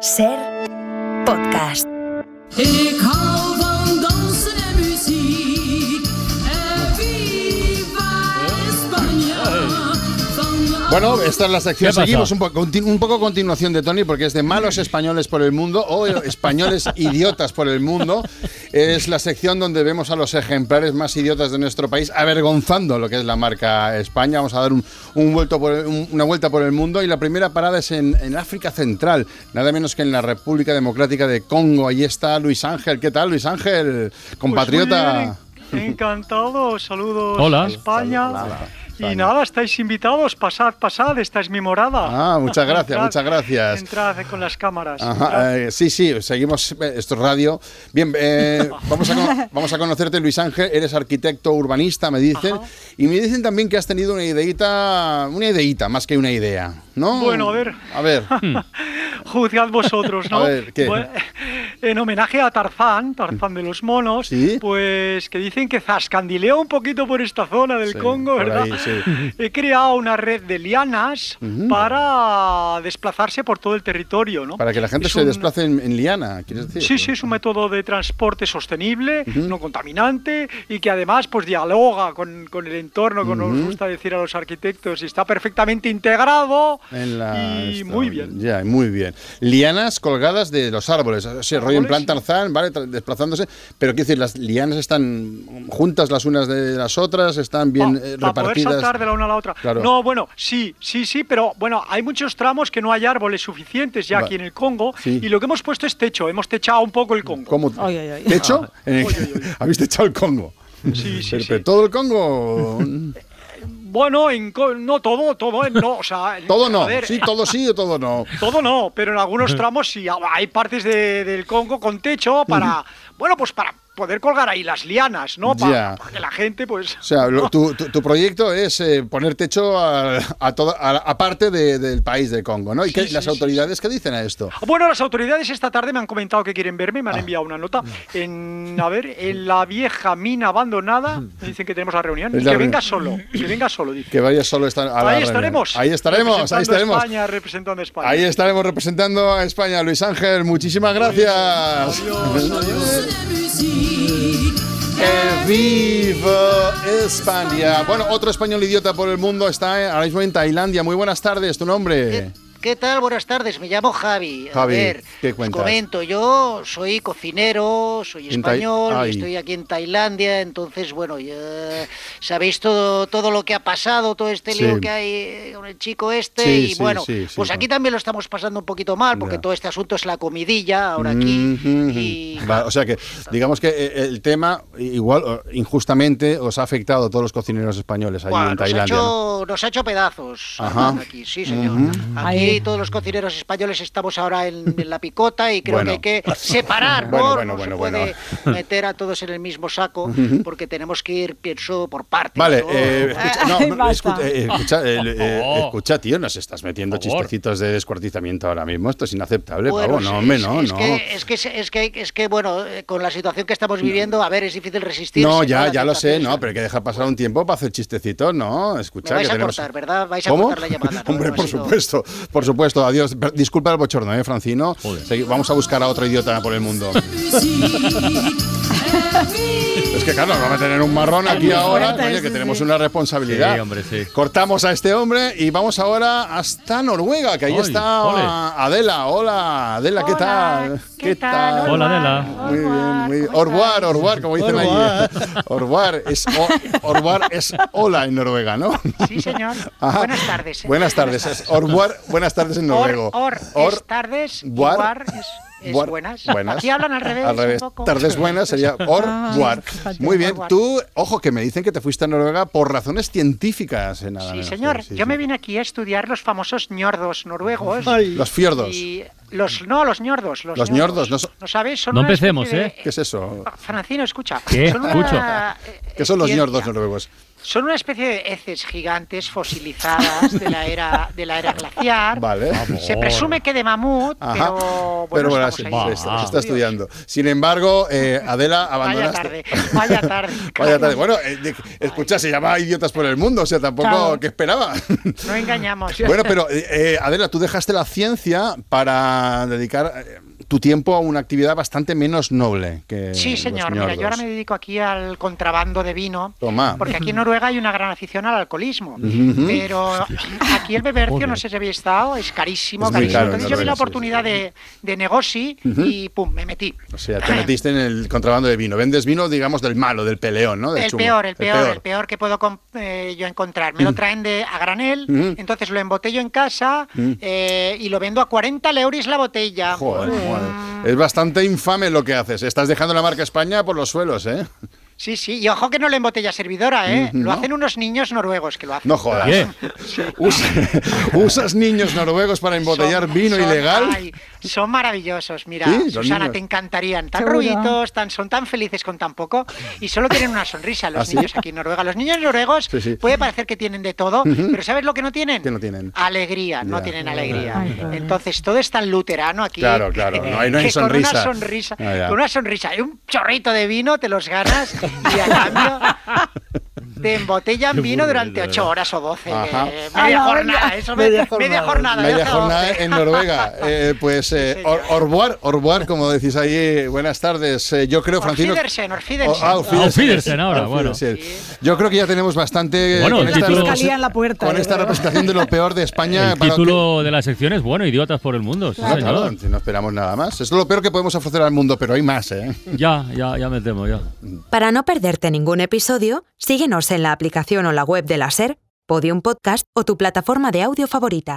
Ser podcast. Ik hou van dansen en muziek. En viva España. Van la- Bueno, esta es la sección. ¿Qué pasa? Seguimos un, po- conti- un poco continuación de Tony, porque es de malos españoles por el mundo o españoles idiotas por el mundo. Es la sección donde vemos a los ejemplares más idiotas de nuestro país avergonzando lo que es la marca España. Vamos a dar un, un vuelto por el- un- una vuelta por el mundo y la primera parada es en, en África Central, nada menos que en la República Democrática de Congo. Ahí está Luis Ángel. ¿Qué tal, Luis Ángel? Compatriota. Pues muy bien, Encantado, saludos Hola. a España. Y nada, estáis invitados, pasad, pasad, esta es mi morada. Ah, muchas gracias, Entrad, muchas gracias. Entrad con las cámaras. Ajá, entrad. eh, sí, sí, seguimos. eh, Esto es radio. Bien, eh, vamos, a, cono- vamos a conocerte, Luis Ángel. Eres arquitecto urbanista, me dicen. Y me dicen también que has tenido una ideita, una ideita más que una idea, ¿no? Bueno, a ver. A ver. Juzgad vosotros, ¿no? A ver, ¿qué? Bueno, en homenaje a Tarzán, Tarzán de los monos, ¿Sí? pues que dicen que zascandilea un poquito por esta zona del Sí, Congo, por ¿verdad? ahí, sí. He creado una red de lianas para desplazarse por todo el territorio, ¿no? Para que la gente Es se un- desplace en, en liana, ¿quieres decir? Sí, sí, es un método de transporte sostenible, no contaminante y que además pues dialoga con, con el entorno, como nos gusta decir a los arquitectos, y está perfectamente integrado En la- y esto, muy bien. Ya, muy bien. Lianas colgadas de los árboles. O sea, rollo en plan Árboles, Tarzán, ¿vale? Tra- Desplazándose. Pero quiero decir, las lianas están juntas las unas de las otras, están bien Ah, Pa- eh, para poder repartidas. saltar de la una a la otra. Claro. No, bueno, sí, sí, sí, pero bueno, hay muchos tramos que no hay árboles suficientes ya Va- aquí en el Congo Sí. y lo que hemos puesto es techo, hemos techado un poco el Congo. ¿Cómo? Ay, ay, ay. ¿Techo? Ah. Eh, ¿Habéis techado el Congo? Sí, sí, Pero, sí. pero todo el Congo. Bueno, en co- no todo, todo, eh, no, o sea, Todo a no. ver, Sí, todo sí o todo no. Todo no, pero en algunos tramos sí. ah, Hay partes de- del Congo con techo para, bueno, pues para poder colgar ahí las lianas, ¿no? Pa- Ya. Para, que la gente, pues... O sea, lo- tu, tu- tu proyecto es eh, poner techo a, a toda, a, la- a parte de- del país de Congo, ¿no? ¿Y Sí, qué- sí, las sí, autoridades qué dicen a esto? Ah, Bueno, las autoridades esta tarde me han comentado que quieren verme, Ah. me han enviado una nota. En, a ver, en la vieja mina abandonada, me dicen que tenemos la reunión. Es Que la reunión. venga solo, que venga solo, dice. Que vaya solo esta- a la Ahí reunión. estaremos. Ahí estaremos, ahí representando estaremos. España, representando España. Ahí estaremos representando a España. Luis Ángel, muchísimas gracias. Adiós, adiós. Dansen en muziek. ¡Que viva España! Bueno, otro español idiota por el mundo está eh, ahora mismo en Tailandia. Muy buenas tardes, tu nombre. ¿Qué, qué tal? Buenas tardes, me llamo Javi. A Javi, ver, ¿qué os cuentas? comento, yo soy cocinero, soy En Tai- español, ay. y estoy aquí en Tailandia, entonces, bueno, ya sabéis todo, todo lo que ha pasado, todo este Sí. lío que hay eh, con el chico este, Sí, y sí, bueno, sí, sí, pues sí. aquí también lo estamos pasando un poquito mal, porque Ya. todo este asunto es la comidilla ahora Mhm. aquí, y Va, o sea que, digamos que eh, el tema, igual, o- injustamente, os ha afectado a todos los cocineros españoles allí Buah, en nos, ha Tailandia. ¿no? hecho, nos ha hecho pedazos Ajá. aquí, sí señor. Ahí. Aquí todos los cocineros españoles estamos ahora en, en la picota y creo Bueno. que hay que separar, Bueno, ¿no? bueno, no se bueno, puede bueno. meter a todos en el mismo saco porque tenemos que ir, pienso, por partes. Vale, ¿no? Ah, eh, escucha, no, Ay, no, basta. escucha, eh, escucha, eh, eh, favor. escucha, tío, nos estás metiendo Por favor. chistecitos de descuartizamiento ahora mismo. Esto es inaceptable, Bueno, pavo. sí, No, hombre, es- no, es no. Que, eh, es, que, es, que, es que, bueno, eh, con la situación que estamos viviendo, a ver, es difícil resistir. No, ya, ya lo sé, no, pero hay que dejar pasar un tiempo para hacer chistecitos, ¿no? Escucha, Me vais que a tenemos- cortar, ¿verdad? Vais a ¿Cómo? cortar la llamada, ¿no? Hombre, No ha por sido- supuesto, por supuesto. Adiós. Per- Disculpa el bochorno, ¿eh, Francino? Joder. Segui- Vamos a buscar a otro idiota por el mundo. Muziek. En viva Es que claro, nos vamos a tener un marrón aquí muy ahora, fuerte, coño, sí, que sí. tenemos una responsabilidad. Sí, hombre, sí. Cortamos a este hombre y vamos ahora hasta Noruega, que ahí Ay, está ole. Adela. Hola, Adela, ¿qué tal? ¿Qué tal? Hola, Adela. Muy bien, muy bien. Orvar, orvar, como dicen allí. Orvar es, o- orvar es hola en Noruega, ¿no? Sí, señor. Ajá. Buenas tardes. eh. Buenas tardes. es Orvar, buenas tardes en Or, noruego. or, Or- es tardes, y guar, war, es, es guar- buenas. Aquí hablan al revés. Al revés. Un poco. Tardes buenas sería orvar. Muy bien. Orvar. Tú, ojo, que me dicen que te fuiste a Noruega por razones científicas. eh, nada Sí, menos. señor. Sí, Yo sí. me vine aquí a estudiar los famosos ñordos noruegos. Los fiordos. Y los, no, los ñordos. Los, Los ñordos, no son- ¿No sabéis? Son No una especie empecemos, de- Ah, ¿eh? ¿Qué es eso? Francino, escucha. ¿Qué? Son una, Escucho. eh, ¿Qué son los ciencia. ñordos noruegos? Son una especie de heces gigantes fosilizadas de la era, de la era glaciar. Vale. Se presume que de mamut, Ajá. pero bueno, Pero bueno, estamos sí, ahí. se está, se está estudiando. Sin embargo, eh, Adela Vaya abandonaste. tarde, vaya tarde. Vaya Carlos. tarde. Bueno, eh, de- escucha, se llamaba Idiotas por el Mundo, o sea, tampoco Claro. que esperaba. No engañamos. Bueno, pero eh, eh, Adela, tú dejaste la ciencia para dedicar eh, tu tiempo a una actividad bastante menos noble que. Sí, eh, los señor. Mira, yo ahora ñordos. me dedico aquí al contrabando de vino. Toma. Porque aquí en Noruega hay una gran afición al alcoholismo. Ujú. Pero aquí el bebercio, no sé si habéis estado, es carísimo, Es muy carísimo. caro en Entonces yo vi Noruega, la sí, oportunidad de, de negoci y pum, me metí. O sea, te metiste en el contrabando de vino. Vendes vino, digamos, del malo, del peleón, ¿no? Del El chungo. peor, el peor, el peor que puedo com- eh, yo encontrar. Me lo traen de, a granel, Mm. entonces lo embotello en casa eh, y lo vendo a 40 leuris la botella. Joder, joder. Es bastante infame lo que haces. Estás dejando la marca España por los suelos, ¿eh? Sí, sí, y ojo que no lo embotella servidora, ¿eh? Mm, Lo ¿no? hacen unos niños noruegos que lo hacen. No jodas. Bien. Usa- usas niños noruegos para embotellar Son- vino son- ilegal. ay, son maravillosos, mira, Sí, los Susana, niños. te encantarían. Tan Seguro. ruidos, tan, son tan felices con tan poco y solo tienen una sonrisa los ¿Ah, sí? niños aquí en Noruega. Los niños noruegos Sí, sí. puede parecer que tienen de todo, pero ¿sabes lo que no tienen? ¿Qué no tienen? Alegría, no Ya. tienen alegría. Ay, pobre. Entonces todo es tan luterano aquí. Claro, claro, no hay- no hay que sonrisa. Con una sonrisa, Ah, ya. con una sonrisa y un chorrito de vino te los ganas y a cambio te embotellan Qué vino burro, durante de ocho verdad. horas o 12. Ajá. eh, A media la jornada, olla. eso me- Media media jornada. jornada. Media ya acabó. jornada en Noruega. Eh, pues eh, señor. or- orboar, orboar, como decís ahí. eh, Buenas tardes. Eh, yo creo, Francino. Orfidersen, O- Orfidersen. ah, Auf Wiedersehen ahora, Auf bueno. Wiedersehen. Yo creo que ya tenemos bastante eh, Bueno, con, el esta, título- representación- Fiscalía en la puerta, ¿eh? con yo esta creo. representación de lo peor de España. El para- título de la sección es bueno, idiotas por el mundo. sí, Bueno, señor. claro, no esperamos nada más. Es lo peor que podemos ofrecer al mundo, pero hay más, ¿eh? Ya, ya, ya me temo, ya. Para no perderte ningún episodio, síguenos en la aplicación o la web de la SER, Podium Podcast o tu plataforma de audio favorita.